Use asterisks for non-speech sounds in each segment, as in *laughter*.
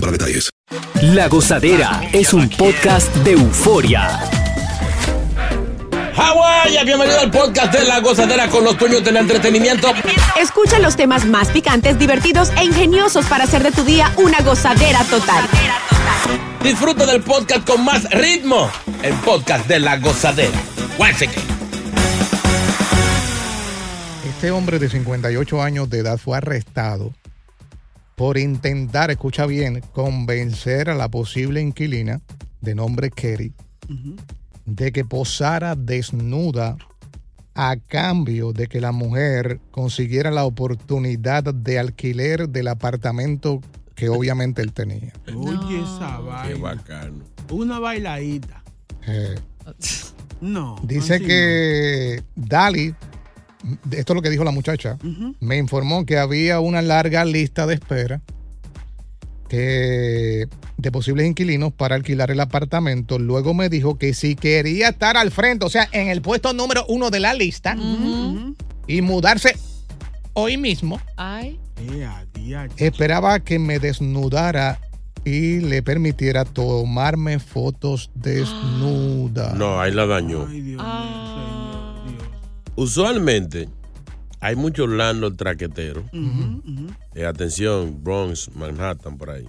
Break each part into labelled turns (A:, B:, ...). A: para detalles.
B: La Gozadera es un podcast de euforia.
C: Hawái, bienvenido al podcast de La Gozadera con los dueños del entretenimiento.
D: Escucha los temas más picantes, divertidos e ingeniosos para hacer de tu día una gozadera total.
C: Disfruta del podcast con más ritmo. El podcast de La Gozadera. Guáchate.
E: Este hombre de 58 años de edad fue arrestado por intentar, escucha bien, convencer a la posible inquilina de nombre Kerry de que posara desnuda a cambio de que la mujer consiguiera la oportunidad de alquiler del apartamento que obviamente él tenía.
F: Oye, esa
C: Qué
F: vaina.
C: bacano.
F: Una bailadita.
E: Eh,
F: No.
E: Dice
F: continúa.
E: que Dali, esto es lo que dijo la muchacha,
F: Ujú.
E: me informó que había una larga lista de espera que- de posibles inquilinos para alquilar el apartamento. Luego me dijo que si quería estar al frente, o sea, en el puesto número uno de la lista
F: Ujú.
E: y mudarse hoy mismo,
G: Ay,
F: Eh, a diache.
E: esperaba que me desnudara y le permitiera tomarme fotos desnuda.
F: *gasps*
C: No, ahí la dañó.
F: Ay, Dios mío,
G: Ah.
F: Señor, Dios.
C: Usualmente hay muchos landlords traqueteros.
F: Ujú, ujú.
C: eh, atención, Bronx, Manhattan, por ahí.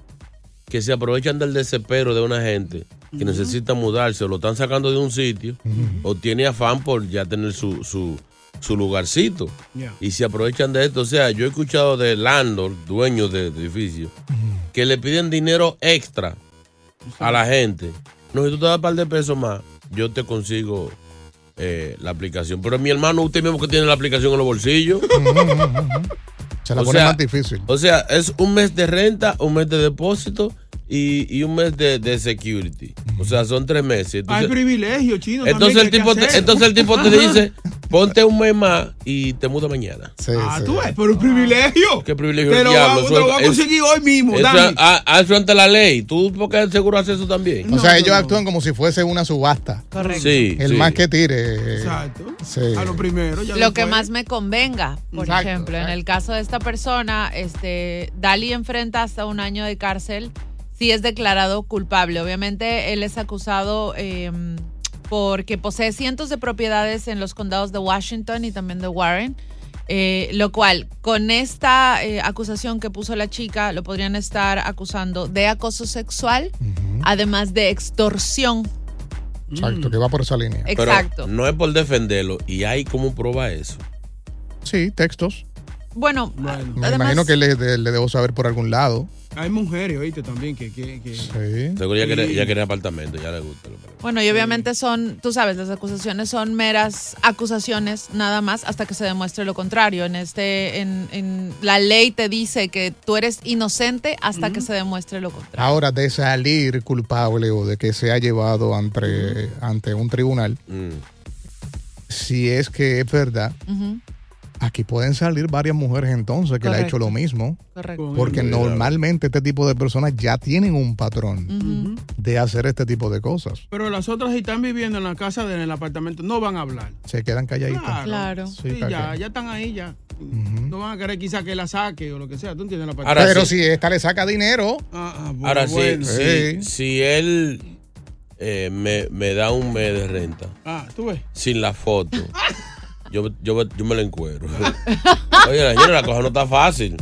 C: Que se aprovechan del desespero de una gente que necesita mudarse, o lo están sacando de un sitio, o tiene afán por ya tener su, su, su lugarcito.
F: Ya.
C: Y se aprovechan de esto. O sea, yo he escuchado de landlord, dueños de edificios, que le piden dinero extra a la gente. No, si tú te das un par de pesos más, yo te consigo eh, la aplicación. Pero mi hermano, usted mismo que tiene la aplicación en los bolsillos.
E: Se la
C: O
E: pone
C: sea,
E: más difícil.
C: O sea, es un mes de renta, un mes de depósito y, y un mes de, de security. O sea, son tres meses.
F: Hay
C: Entonces,
F: privilegio, chino.
C: entonces el,
F: también que hay que
C: tipo te,
F: hacer.
C: entonces el tipo
F: *laughs*
C: te
F: Ajá.
C: dice, ponte un mes más y te muda mañana.
E: Sí,
F: Ah,
E: sí.
F: tú ves, pero un privilegio.
C: Qué privilegio
F: Te
C: el
F: lo
C: diablo,
F: va-
C: eso
F: te lo
C: es-
F: va a
C: es-
F: conseguir hoy mismo,
C: Eso,
F: dame.
C: a- a- eso ante la ley. ¿Tú porque seguro haces eso también?
E: O
F: No,
E: sea,
F: no,
E: ellos
F: no.
E: actúan como si fuese una subasta.
G: correcto.
C: Sí.
E: El
C: sí.
E: más que tire. eh,
F: Exacto.
E: Sí.
F: A lo primero. ya
G: Lo que
F: después.
G: más me convenga, por
E: Exacto,
G: ejemplo, en
E: exacto.
G: el caso de esta persona, este, Dali enfrenta hasta un año de cárcel si es declarado culpable. Obviamente, él es acusado eh, porque posee cientos de propiedades en los condados de Washington y también de Warren. eh, lo cual, con esta eh, acusación que puso la chica, lo podrían estar acusando de acoso sexual, además de extorsión.
E: Exacto, que va por esa línea.
C: Pero
G: Exacto.
C: no es por defenderlo y hay cómo probar eso.
E: Sí, textos.
G: Bueno,
F: Bueno,
E: Me
G: Además-
E: imagino que le, de- le debo saber por algún lado.
F: hay mujeres, oíste, también que. que, que-
E: Sí.
C: Seguro ya quiere,
F: Sí.
C: ya quiere apartamento, ya le gusta. lo que-
G: Bueno, y obviamente son, tú sabes, las acusaciones son meras acusaciones nada más hasta que se demuestre lo contrario. En este, en, en la ley te dice que tú eres inocente hasta que se demuestre lo contrario.
E: Ahora, de salir culpable o de que sea llevado ante, ante un tribunal,
C: Mm.
E: si es que es verdad,
G: Ujú,
E: aquí pueden salir varias mujeres entonces que le ha hecho
G: Correcto.
E: lo mismo.
G: correcto.
F: Con-
E: Porque
C: Cuidado.
E: normalmente este tipo de personas ya tienen un patrón
G: Ujú.
E: de hacer este tipo de cosas.
F: Pero las otras si están viviendo en la casa, de- en el apartamento, no van a hablar.
E: Se quedan calladitas.
G: Claro.
E: Sí,
F: Sí,
E: ¿para
F: ya,
E: qué?
F: ya están ahí ya. No van a querer quizá que la saque o lo que sea. ¿Tú entiendes la parte?
C: Ahora
E: Pero
C: sí.
E: si esta le saca dinero,
F: Ah, ah, bueno,
C: Ahora
F: bueno.
C: sí,
E: Sí.
C: si, si él eh, me, me da un mes de renta.
F: Ah, tú ves.
C: sin la
F: *laughs*
C: foto. Yo, yo, *laughs*
F: Ah.
C: yo me la encuero. Oye, la señora, la cosa no está fácil.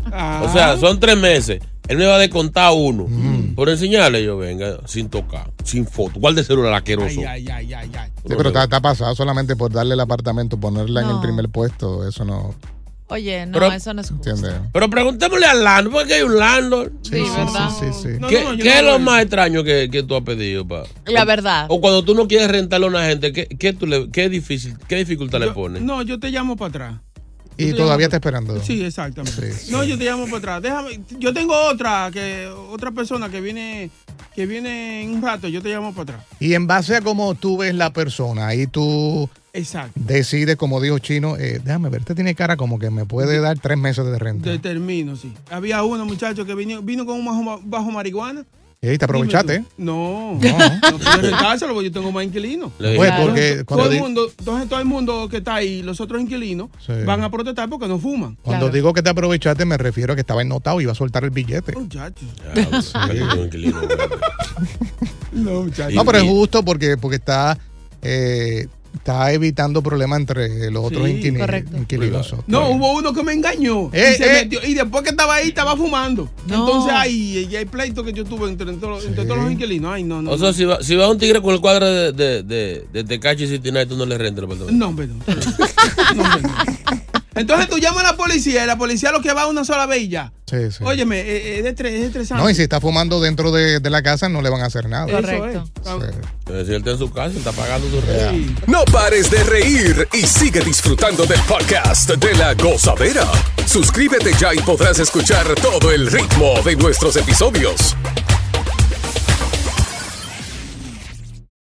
C: O sea, son tres meses. Él me va a descontar uno. Por enseñarle, yo venga, sin tocar, sin foto. ¿Cuál de celular asqueroso?
F: Ay, ay, ay, ay, ay.
E: Sí, pero está, está pasado solamente por darle el apartamento, ponerla en
G: No.
E: el primer puesto. Eso no.
G: Oye, no,
C: Pero-
G: eso no es justo.
E: ¿Entiendes?
C: Pero preguntémosle al landlord, porque hay un landlord.
G: Sí, ¿verdad?
E: sí, sí, sí.
F: No,
C: ¿Qué,
F: no, yo
C: qué
F: no
C: es
F: lo
C: lo
F: veo.
C: más extraño que, que tú has pedido? Pa?
G: La verdad.
C: O cuando tú no quieres rentarle a una gente, ¿qué, qué tú le- qué difícil, qué dificultad le
F: Yo-
C: pones?
F: No, yo te llamo para atrás.
E: E. Y todavía está esperando.
F: Sí, exactamente.
E: Sí, sí.
F: No, yo te llamo para atrás. Déjame, yo tengo otra que otra persona que viene que viene en un rato, yo te llamo para atrás.
E: Y en base a cómo tú ves la persona, ahí tú
F: Exacto.
E: decides, como dijo Chino, eh, déjame ver, este tiene cara como que me puede dar tres meses de renta.
F: Te termino, sí. Había uno, muchacho, que vino, vino con un bajo, bajo marihuana.
E: Y ahí te aprovechaste.
F: Dime tú. No.
E: No.
F: No pude rentárselo porque yo tengo más inquilinos.
C: Le dije,
E: Pues
G: Claro.
E: porque
F: Todo
E: cuando,
F: el
E: di-
F: mundo, entonces todo el mundo que está ahí, los otros inquilinos,
E: Sí.
F: van a protestar porque no fuman.
E: cuando
G: Claro.
E: digo que te aprovechaste, me refiero a que estaba ennotado y iba a soltar el billete.
F: Muchachos.
C: "Diablo,
F: *laughs*
C: maldito inquilino, güey".
F: No, muchachos.
E: No, pero es
C: y-
E: justo porque, porque está, eh, está evitando problemas entre los otros
F: Sí,
E: inquilini-
G: correcto.
E: inquilinos.
F: No, hubo uno que me engañó.
E: Eh,
F: y, se
E: eh.
F: metió, y después que estaba ahí, estaba fumando.
G: No.
F: Entonces, ahí y hay pleito que yo tuve entre, entre los- entre todos los inquilinos. Ay, no, no.
C: O
F: no.
C: sea, si va, si va un tigre con el cuadro de, de, de, de Tecachi City Night, tú no le rentas el apartamento. *laughs*
F: No, hombre, no. No, hombre, no. Entonces tú llamas a la policía y la policía lo que va una sola vez y ya.
E: Sí, sí.
F: Óyeme, eh, eh, es, estres- es estresante.
E: No, y si está fumando dentro de, de la casa, no le van a hacer nada.
F: Eso es.
G: Correcto.
E: Sí.
C: Pero Si él está en su casa, él está pagando su renta.
F: Sí.
A: No pares de reír y sigue disfrutando del podcast de la gozadera. Suscríbete ya y podrás escuchar todo el ritmo de nuestros episodios.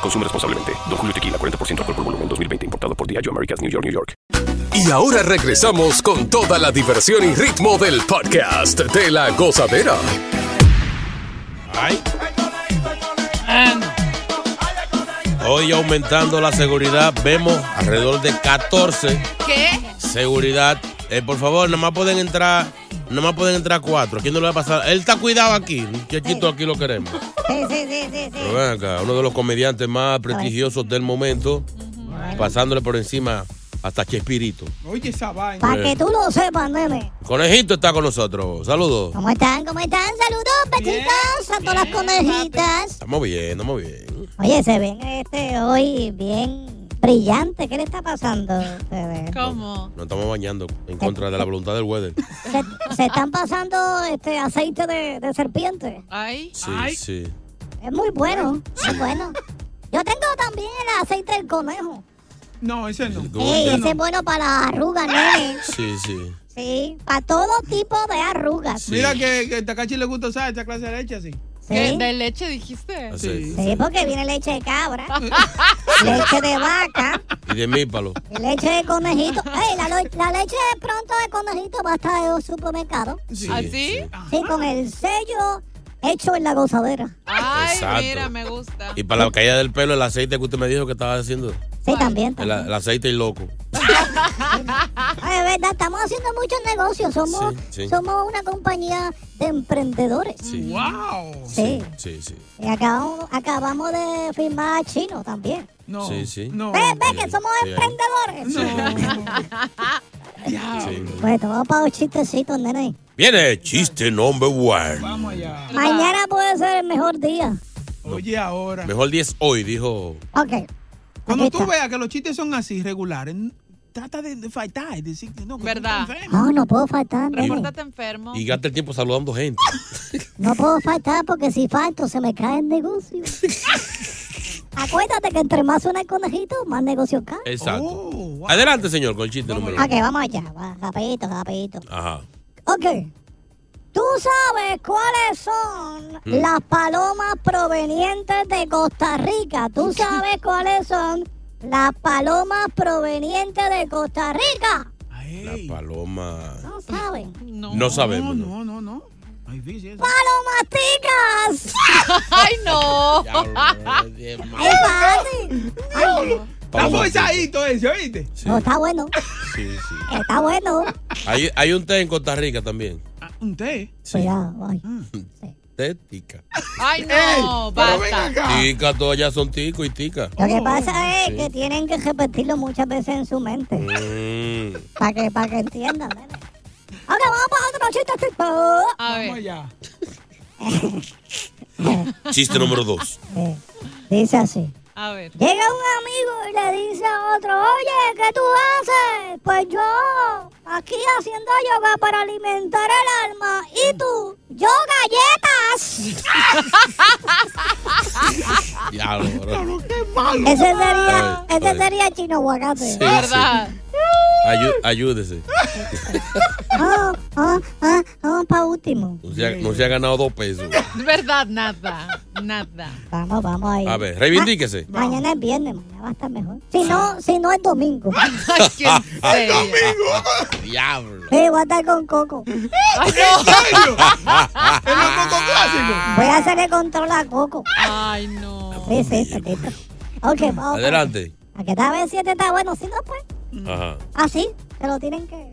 H: Consume responsablemente. Don Julio Tequila, 40% alcohol por volumen, 2020. Importado por Diageo Americas, New York, New York.
A: Y ahora regresamos con toda la diversión y ritmo del podcast de la gozadera.
C: Ay. Hoy aumentando la seguridad, vemos alrededor de 14
G: ¿Qué?
C: seguridad. Eh, por favor, nomás pueden entrar, nomás pueden entrar cuatro. Aquí no le va a pasar. Él está cuidado aquí, muchachito, aquí lo queremos. Pero ven acá, uno de los comediantes más prestigiosos del momento, pasándole por encima hasta Chespirito.
F: Oye, esa vaina.
I: Para que tú lo sepas, nene.
C: Conejito está con nosotros. Saludos.
I: ¿Cómo están? ¿Cómo están? Saludos, pechitos a todas las conejitas.
C: Estamos bien, estamos bien.
I: Oye, se ven este hoy bien brillante. ¿Qué le está pasando a ustedes?
G: ¿Cómo?
C: Nos estamos bañando en contra de la voluntad del weather.
I: Se, se están pasando este aceite de, de serpiente.
G: Ay.
C: Sí, sí.
I: Es muy bueno, es bueno. Yo tengo también el aceite del conejo.
F: No, ese Ah. no.
I: Ey,
F: Ese
I: ese
F: no.
I: es bueno para las arrugas, nene.
C: Sí, sí.
I: Sí, para todo tipo de arrugas. Sí,
F: Mira que, que a Takachi le gusta usar esta clase de leche así.
G: ¿Qué? ¿De leche dijiste?
C: Así.
I: sí, porque viene leche de
G: *laughs*
I: cabra, leche de vaca.
C: Y de mí, palo.
I: Y Leche de conejito. Ey, la, lo- la leche de pronto de conejito va a estar en un supermercado.
C: Sí,
G: ¿Así?
C: sí.
I: Sí, con el sello hecho en la gozadera.
G: Ay,
C: Exacto.
G: mira, me gusta.
C: Y para la caída del pelo, el aceite que usted me dijo que estaba haciendo.
I: Sí,
G: *laughs*
I: también.
C: El,
I: también.
C: el aceite y loco.
I: Ay, es verdad, estamos haciendo muchos negocios. Somos,
C: Sí, sí.
I: somos una compañía de emprendedores. Sí.
C: Sí.
F: ¡Wow!
C: Sí, sí.
I: Y acabamos, acabamos de firmar a Chino también.
F: No.
C: Sí, sí.
F: No.
I: Ve, ve que somos
C: Sí.
I: emprendedores.
C: sí.
I: Pues todo para los chistecitos, nene.
C: Viene chiste number one.
F: Vamos allá.
I: Mañana puede ser el mejor día.
F: Oye, ahora.
C: Mejor 10 hoy, dijo.
I: Ok.
F: Cuando
I: Aquí
F: tú
I: está.
F: veas que los chistes son así, regulares, n- trata de, de faltar y decir que no. Que tú
G: ¿Verdad?
F: estás enfermo.
I: No, no puedo faltar, nene.
G: Repórtate enfermo.
C: Y gasta el tiempo saludando gente.
I: No puedo faltar porque si falto se me cae el negocio. Acuérdate que entre más suena el conejito, más negocio cae.
C: Exacto. Adelante, señor, con el chiste número uno.
I: Ok, vamos allá. va, rapidito, rapidito.
C: Ajá.
I: Ok. ¿Tú sabes cuáles son
C: Mm.
I: las palomas provenientes de Costa Rica?
F: *laughs*
I: ¿Tú sabes cuáles son las palomas provenientes de Costa Rica?
C: La paloma.
I: ¿No
F: *laughs*
I: saben?
C: No sabemos,
F: No, no, no.
I: ¡Palomaticas!
G: *laughs* ¡Ay, no!
I: ¡Es fácil!
F: *laughs*
I: Ay,
F: Está forzadito ese, ¿oíste?
I: No, está bueno.
C: Sí, sí.
I: Está bueno.
C: Hay, hay un té en Costa Rica también.
F: *laughs* Un té.
I: Cuidado, ay.
C: Té tica.
G: ¡Ay, no! ¡Basta!
I: Ah.
C: Tica, todas ya son tico y tica.
I: Lo que pasa es
C: Oh, Sí.
I: que tienen que repetirlo muchas veces en su mente.
C: Mm.
I: Para que, para que entiendan, nene. Ok, vamos para otro chiste, chiste.
G: A
F: Vamos
G: ver.
F: allá.
C: Chiste número dos.
I: Eh, dice así.
G: A ver.
I: Llega un amigo y le dice a otro, oye, ¿qué tú haces? Pues yo, aquí haciendo yoga para alimentar el alma. ¿Y tú? Yo
C: *laughs*
I: galletas.
C: Diablo, bro.
I: Ese sería,
C: Ay,
I: ese
C: ay.
I: sería chino aguacate.
C: Sí,
G: ¿Verdad?
C: sí. Ayú- ayúdese.
I: Ah, ah, ah, vamos para último.
C: No se, ha, no se ha ganado dos pesos.
G: *laughs* ¿Verdad? Nada. Nada.
I: Vamos, vamos ahí.
C: A ver, reivindíquese.
I: Ma- mañana es viernes, mañana va a estar mejor. Si
F: Ah.
I: no, si no es domingo.
G: *laughs* ¡Ay, qué serio.
I: *laughs* Ah.
C: Diablo.
I: Sí, Eh, voy a estar con Coco.
G: ¡Ay, no! *laughs*
F: El
I: Ah.
F: loco
C: Ah.
F: clásico.
I: Voy a hacerle control a Coco.
G: ¡Ay, no!
I: Sí, sí, tetita. Ok, vamos.
C: Adelante.
I: A que tal vez siete está bueno, si no, pues.
C: Ajá.
I: Así, te lo tienen que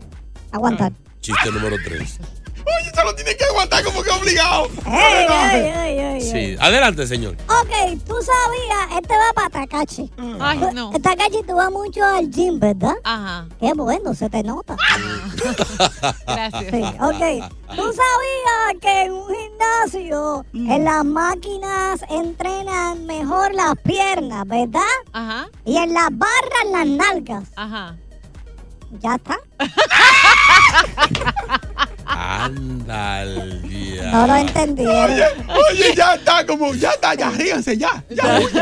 I: aguantar.
C: Chiste número tres.
F: Oye, se lo tiene que aguantar como que obligado.
I: ¡Ey, ey, ey, ey, ey.
C: Sí. Adelante, señor.
I: Ok, tú sabías, este va para Takachi.
G: Mm. ¡Ay,
I: *laughs*
G: no!
I: Tú- Takachi, tú vas mucho al gym, ¿verdad?
G: Ajá.
I: Qué bueno, se
G: *laughs*
I: te nota. Sí,
G: Gracias.
I: ok. ¿Tú sabías que en un gimnasio, en las máquinas entrenan mejor las piernas, ¿verdad?
G: Ajá.
I: Y en las barras las nalgas.
G: Ajá.
I: Ya está.
C: Anda al día.
I: No lo entendieron.
F: Oye, ya está como, ya está, ya ríganse, ya. ya.
G: *laughs* Sí,
C: Sí,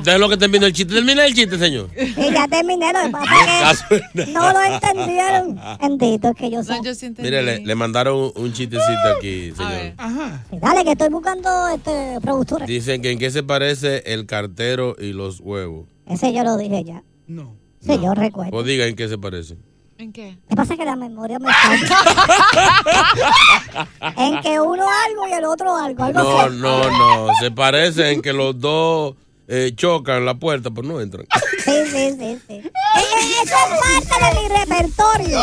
G: ya.
C: déjelo que termine el chiste. Termina el chiste, señor.
I: Y ya
G: *laughs*
I: terminé, lo que pasa es que *laughs* no lo entendieron. Bendito que yo soy.
G: No, yo sí entendí.
C: Mire, le, le mandaron un- un chistecito aquí,
G: A
C: señor.
G: ver.
F: Ajá.
I: Dale, que estoy buscando este productores.
C: Dicen que en qué se parece el cartero y los huevos.
I: Ese yo lo dije ya.
F: No.
I: Sí, yo recuerdo.
C: O diga en qué se parece.
G: ¿En qué?
I: Lo que pasa es que la memoria me
G: *laughs*
I: falla. en que uno algo y el otro algo. algo
C: No,
I: así.
C: no, no. Se parece en que los dos eh, chocan la puerta, pero no entran.
I: Sí, sí, sí, sí. Eh, Eso es parte de mi repertorio.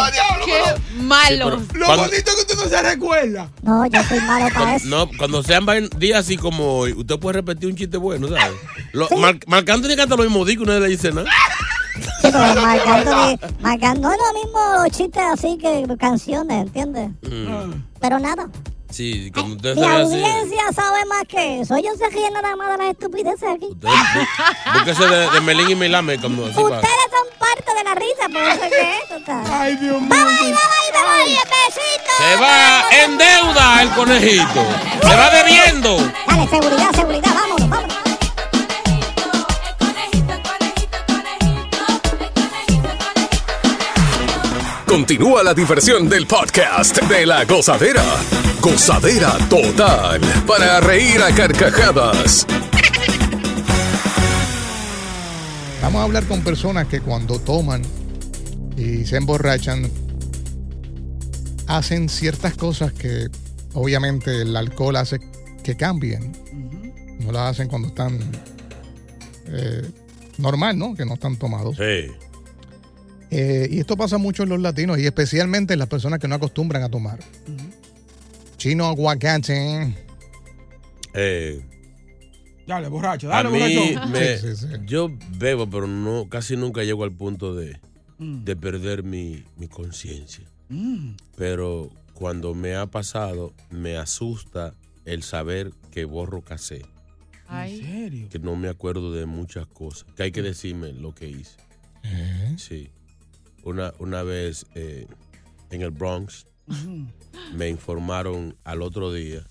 G: ¡Qué malo!
F: Lo
C: Cuando-
F: bonito es que usted no se recuerda.
I: No, yo soy malo para eso.
C: No, cuando sean vain- días así como hoy, usted puede repetir un chiste bueno, ¿sabes? Lo, Mar- Marc Anthony canta lo mismo, digo, no le dice nada.
I: Sí, pero Marc Anthony- Marc Anthony- no es lo mismo los chistes así que canciones, ¿entiendes? Pero nada.
C: Sí, cuando usted se
I: Mi
C: ve Mm. así.
I: audiencia sabe más que eso. Ellos se ríen nada más de las estupideces aquí.
C: Usted, bú- búsquese de, de Melín y Melame, como así para.
I: Ustedes son parte de la risa, por eso es que esto está.
F: Ay, Dios mío.
I: Bye, bye, bye, bye, bye, bye, besitos.
C: Se va en deuda el conejito. Se va bebiendo.
I: Dale, seguridad, seguridad, vámonos, vámonos.
A: Continúa la diversión del podcast de la gozadera. Gozadera total para reír a carcajadas. *laughs*
E: Vamos a hablar con personas que cuando toman y se emborrachan, hacen ciertas cosas que obviamente el alcohol hace que cambien. No las hacen cuando están eh, normal, ¿no? Que no están tomados.
C: Sí.
E: Eh, y esto pasa mucho en los latinos y especialmente en las personas que no acostumbran a tomar. Chino aguacate.
C: Eh,
F: Dale, borracho,
C: a
F: dale,
C: mí
F: borracho.
C: me-
E: Sí, sí, sí.
C: yo bebo, pero no, casi nunca llego al punto de,
F: Mm.
C: de perder mi, mi conciencia.
F: Mm.
C: Pero cuando me ha pasado, me asusta el saber que borro casé,
F: ¿En
G: Ay,
F: serio?
C: que no me acuerdo de muchas cosas, que hay que decirme lo que hice.
E: Eh,
C: Sí. Una, una vez eh, en el Bronx me informaron al otro día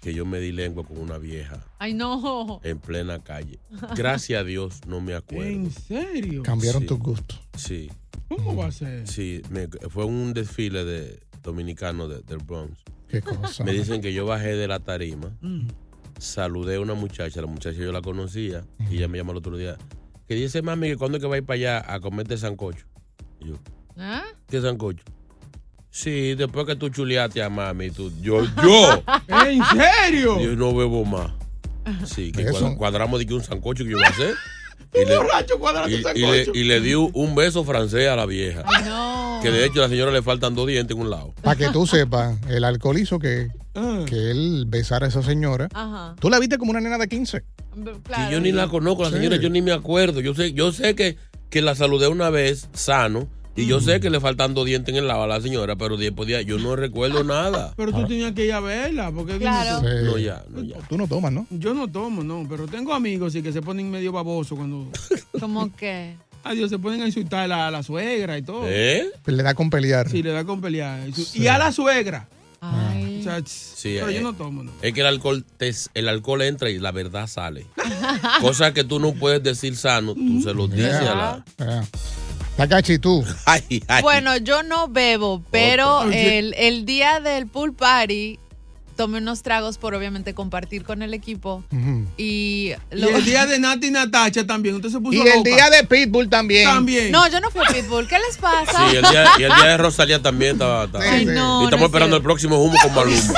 C: que yo me di lengua con una vieja
G: Ay, no.
C: en plena calle. Gracias a Dios no me
F: *laughs*
C: acuerdo.
F: ¿En serio?
E: Cambiaron
C: Sí.
E: tus gustos.
C: Sí,
F: ¿Cómo va a ser?
C: sí, me- fue un desfile de dominicano de- del Bronx.
E: Qué cosa.
C: Me dicen que yo bajé de la tarima,
F: Mm.
C: saludé a una muchacha, la muchacha yo la conocía y ella me llamó el otro día. Que dice mami que cuando es que va a ir para allá a comerte sancocho. Y yo,
G: ¿Ah?
C: ¿qué sancocho? Sí, después que tú chuleaste a mami, tú, yo, yo.
G: Ah,
F: ¿En serio?
C: Yo no bebo más. Sí, que
E: Eso.
C: cuadra- cuadramos de que un sancocho que yo iba a hacer. Y le,
F: Borracho, cuadra tu
C: y- y le-
F: sancocho.
C: y le di un beso francés a la vieja.
G: Ay, no.
C: Que de hecho a la señora le faltan dos dientes en un lado.
E: Para que tú sepas, el alcohol hizo que,
F: Ah.
E: que él besara a esa señora.
G: Ajá.
E: Tú la viste como una nena de 15.
G: Claro.
C: Y yo ni la conozco, la
E: Sí.
C: señora, yo ni me acuerdo. Yo sé, yo sé que, que la saludé una vez sano. Y yo sé que le faltan dos dientes en el lado a la señora, pero después de ahí yo no recuerdo nada.
F: Pero tú tenías que ir a verla, porque dime
G: Claro.
F: tú.
E: Ah. Sí.
C: No, ya, no, ya.
E: Tú no tomas, ¿no?
F: yo no tomo, no, pero tengo amigos sí, que se ponen medio baboso cuando...
G: Como que.
F: Adiós, se ponen a insultar a la, a la suegra y todo.
C: ¿Eh?
E: Le da con pelear.
F: Sí, le da con pelear. Y, su- y a la suegra.
G: Ay.
F: O sea, ch-
C: Sí,
F: pero
C: eh.
F: yo no
G: *laughs*
F: tomo, no.
C: Es que el alcohol, te- el alcohol entra y la verdad sale. Cosas que tú no puedes decir sano, tú se lo dices a la...
E: Ah. Takachi, tú.
C: *laughs* Ay, ay.
G: Bueno, yo no bebo, pero
F: Otro. Oye.
G: el, el día del pool party tomé unos tragos por obviamente compartir con el equipo.
E: Ujú.
G: Y,
F: Y
G: lo-
F: el
G: *laughs*
F: día de Nati y Natacha también. Usted se puso
E: Y
F: loca.
E: el día de Pitbull también.
F: También.
G: No, yo no fui a Pitbull. ¿Qué les pasa?
C: Sí, el día, y el día
G: *laughs*
C: de Rosalía también estaba... estaba-
G: Ay,
E: Sí, sí.
G: no.
C: y
G: no
C: estamos
G: es
C: esperando el
G: cierto.
C: próximo humo con Maluma.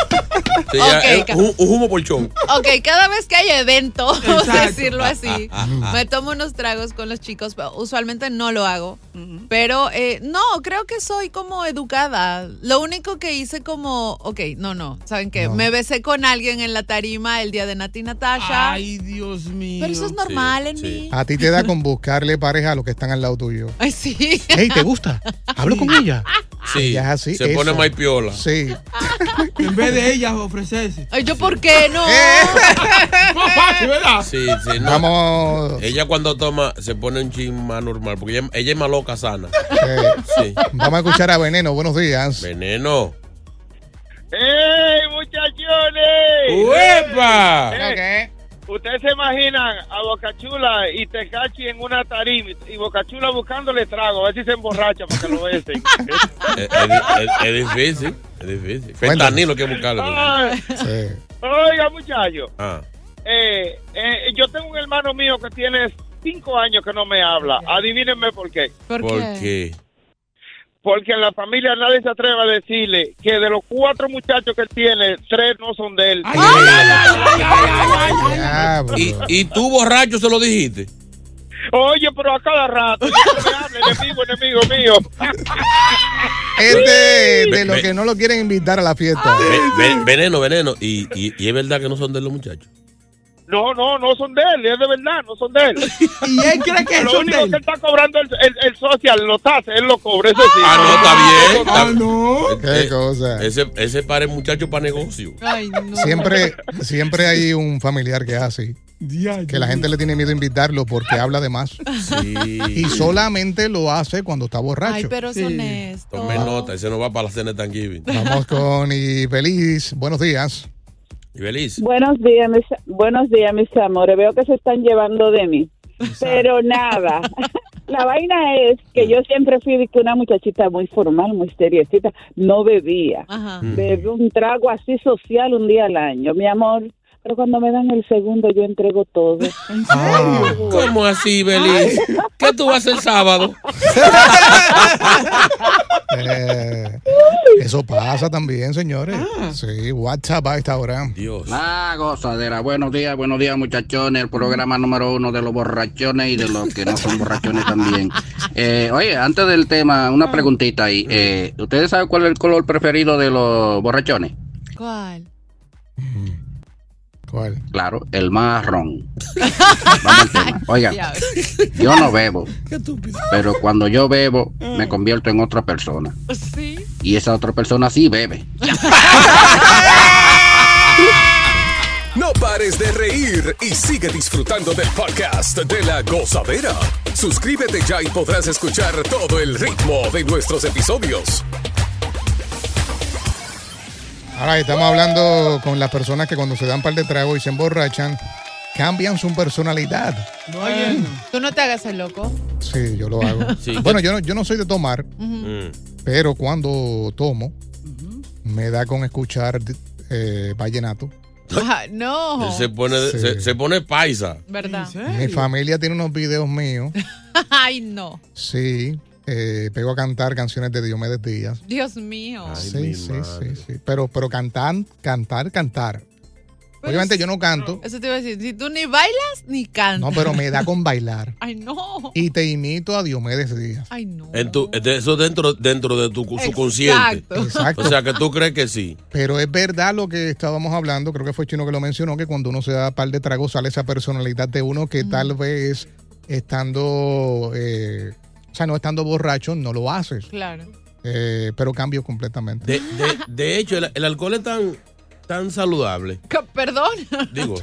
C: Sí, ya,
G: Ok,
C: es
G: ca-
C: un, un humo por show.
G: Ok, cada vez que hay evento, *laughs* vamos a
F: Exacto.
G: decirlo así, me tomo unos tragos con los chicos. pero Usualmente no lo hago.
F: Ujú.
G: Pero eh, no, creo que soy como educada. Lo único que hice como, ok, no, no, ¿saben qué?
E: No.
G: Me besé con alguien en la tarima el día de Nati y Natasha.
F: Ay, Dios mío.
G: pero eso es normal
C: Sí,
G: en
C: sí.
G: mí.
E: A ti te da con buscarle pareja a los que están al
G: *laughs*
E: lado tuyo.
G: Ay, sí.
E: Hey, ¿te gusta? Hablo con ella.
C: Sí,
E: Ya es así,
C: se
E: eso.
C: pone más piola.
E: Sí.
F: En vez de ellas ofrecerse. Eh.
G: Ay, yo, ¿por qué
F: *laughs*
G: no?
F: No, fácil, ¿verdad?
C: Sí, sí, no.
E: Vamos.
C: Ella cuando toma se pone un chin más normal, porque ella, ella es más loca sana.
E: eh,
C: Sí.
E: vamos a escuchar a Veneno. Buenos días.
C: Veneno.
J: ¡Ey, muchachones! Eh,
C: ¡Uepa!
E: Ok.
J: Ustedes se imaginan a Bocachula y Tecachi en una tarima y Bocachula buscándole trago, a ver si se emborracha para que lo besen.
C: Es, es- es- es difícil, es difícil. Fentanilo hay que buscarlo.
J: Ay,
E: Sí.
J: Ah. Oiga, muchachos,
C: Ah,
J: eh, eh, yo tengo un hermano mío que tiene cinco años que no me habla. Adivínenme por qué.
G: ¿Por,
C: ¿por
G: qué?
C: qué?
J: Porque en la familia nadie se atreve a decirle que de los cuatro muchachos que él tiene, tres no son de él.
F: Ay, ay, ay, ay, ay, ay, ay.
E: Diablo.
C: ¿Y, y tú borracho se lo dijiste?
J: Oye, pero a cada rato, yo no me hablo, enemigo, enemigo mío.
E: Este de los
C: Ve-
E: que no lo quieren invitar a la fiesta.
C: Ve- ve- veneno, veneno. Y, y- y es verdad que no son de los muchachos.
J: No, no, no son de él, es de verdad, no son de él.
F: Y él cree que
J: Lo
F: son de
J: único que él
F: él.
J: está cobrando el, el, el social, los taxes, él lo cobra, eso sí.
C: Ah, no, está bien.
F: Ah,
C: está-
F: no.
E: Qué
C: Eh,
E: cosa.
C: Ese, ese para el muchacho para negocio.
G: Ay, no.
F: *laughs*
E: Siempre, siempre hay un familiar que es así. Que la gente le tiene miedo a invitarlo porque habla de más.
C: Sí.
E: Y solamente lo hace cuando está
G: Ay,
E: borracho.
G: pero es
F: Sí.
G: honesto.
C: Tome nota, ese no va para la cena de Thanksgiving.
E: Vamos con y feliz. Buenos días.
C: Y feliz.
K: Buenos días, mis, buenos días, mis amores. Veo que se están llevando de mí. Pero nada, *laughs* la vaina es que yo siempre fui de que una muchachita muy formal, muy seriecita, no bebía.
G: Ajá.
K: Bebí un trago así social un día al año, mi amor. Pero cuando me dan el segundo, yo entrego todo.
E: Ah,
C: ¿Cómo así, Belis? ¿Qué tú vas a hacer el sábado?
E: eh, eso pasa también, señores.
G: Ah.
E: Sí, WhatsApp a esta hora.
C: Dios.
B: Ah, gozadera. Buenos días, buenos días, muchachones. El programa número uno de los borrachones y de los que no son borrachones también. Eh, oye, antes del tema, una preguntita ahí. Eh, ¿Ustedes saben cuál es el color preferido de los borrachones?
G: *laughs*
F: *laughs*
G: ¿Cuál?
E: ¿Cuál?
B: Claro, el marrón. Vamos al tema. Oiga,
G: Diablo.
B: yo
F: *laughs*
B: no bebo,
C: Qué estúpido.
B: pero cuando yo bebo, me convierto en otra persona.
G: Sí.
B: Y esa otra persona sí bebe.
A: No pares de reír y sigue disfrutando del podcast de la gozadera. Suscríbete ya y podrás escuchar todo el ritmo de nuestros episodios.
E: Ahora estamos hablando con las personas que cuando se dan par de tragos y se emborrachan, cambian su personalidad.
G: Oye, tú no te hagas el loco.
E: Sí, yo lo hago.
G: *laughs* Sí.
E: bueno, yo no, yo no soy de tomar,
G: Ujú.
E: pero cuando tomo, me da con escuchar eh, vallenato.
G: Ah, no.
C: Él se pone,
E: Sí.
C: se, se pone paisa.
G: ¿Verdad?
E: Mi familia tiene unos videos míos.
G: *laughs* Ay, no.
E: Sí, eh, pego a cantar canciones de Diomedes Díaz.
G: Dios mío.
E: sí, sí, sí, sí. Pero, pero cantar, cantar, cantar.
G: Pero
E: Obviamente
G: es-
E: yo no
G: *laughs*
E: canto,
G: Eso te iba a decir. Si tú ni bailas ni cantas.
E: no, pero me da con bailar.
G: *laughs* Ay,
E: *laughs*
G: no.
E: Y te imito a Diomedes Díaz.
G: Ay, no.
C: En tu- de- eso dentro, dentro de tu su
E: Exacto.
C: consciente.
E: Exacto.
C: O sea que tú crees que sí.
E: Pero es verdad lo que estábamos hablando, creo que fue Chino que lo mencionó, que cuando uno se da par de tragos sale esa personalidad de uno que tal vez estando, eh, o sea, no estando borracho, no lo haces.
G: Claro.
E: Eh, pero cambio completamente.
C: De, de- de hecho, el, el alcohol es tan, tan saludable.
G: Que- Perdón.
C: Digo,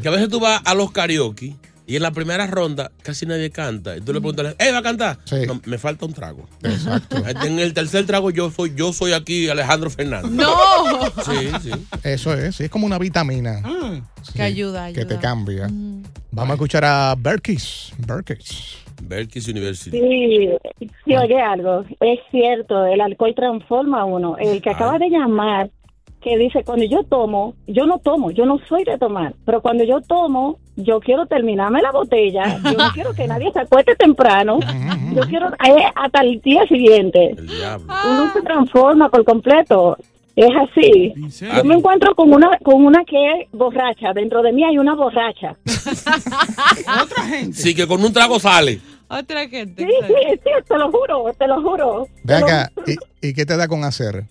C: que a veces tú vas a los karaoke y en la primera ronda casi nadie canta. Y tú le preguntas, ¿eh, va a cantar? No, me falta un trago. Este,
E: Exacto.
C: En el tercer trago yo soy, yo soy aquí Alejandro Fernández.
G: No.
C: Sí, sí.
E: Eso es, sí, es como una vitamina
G: Que ayuda,
E: que
G: ayuda.
E: te cambia. Vamos a escuchar a Berkis. Berkis.
C: Berkeley University.
L: Sí, sí, oye algo, es cierto, el alcohol transforma a uno. El que acaba de llamar, que dice, cuando yo tomo, yo no tomo, yo no soy de tomar, pero cuando yo tomo, yo quiero terminarme la botella, yo no quiero que nadie se acueste
G: *laughs*
L: temprano, yo quiero eh, hasta el día siguiente.
G: Ah.
L: Uno se transforma por completo. Es así. Yo me encuentro con una con una que es borracha. Dentro de mí hay una borracha.
C: Sí, que con un trago sale.
G: *laughs* Otra gente.
L: Sí, sí, sí, te lo juro, te lo juro.
E: Ve acá, ¿y, y qué te da con hacer?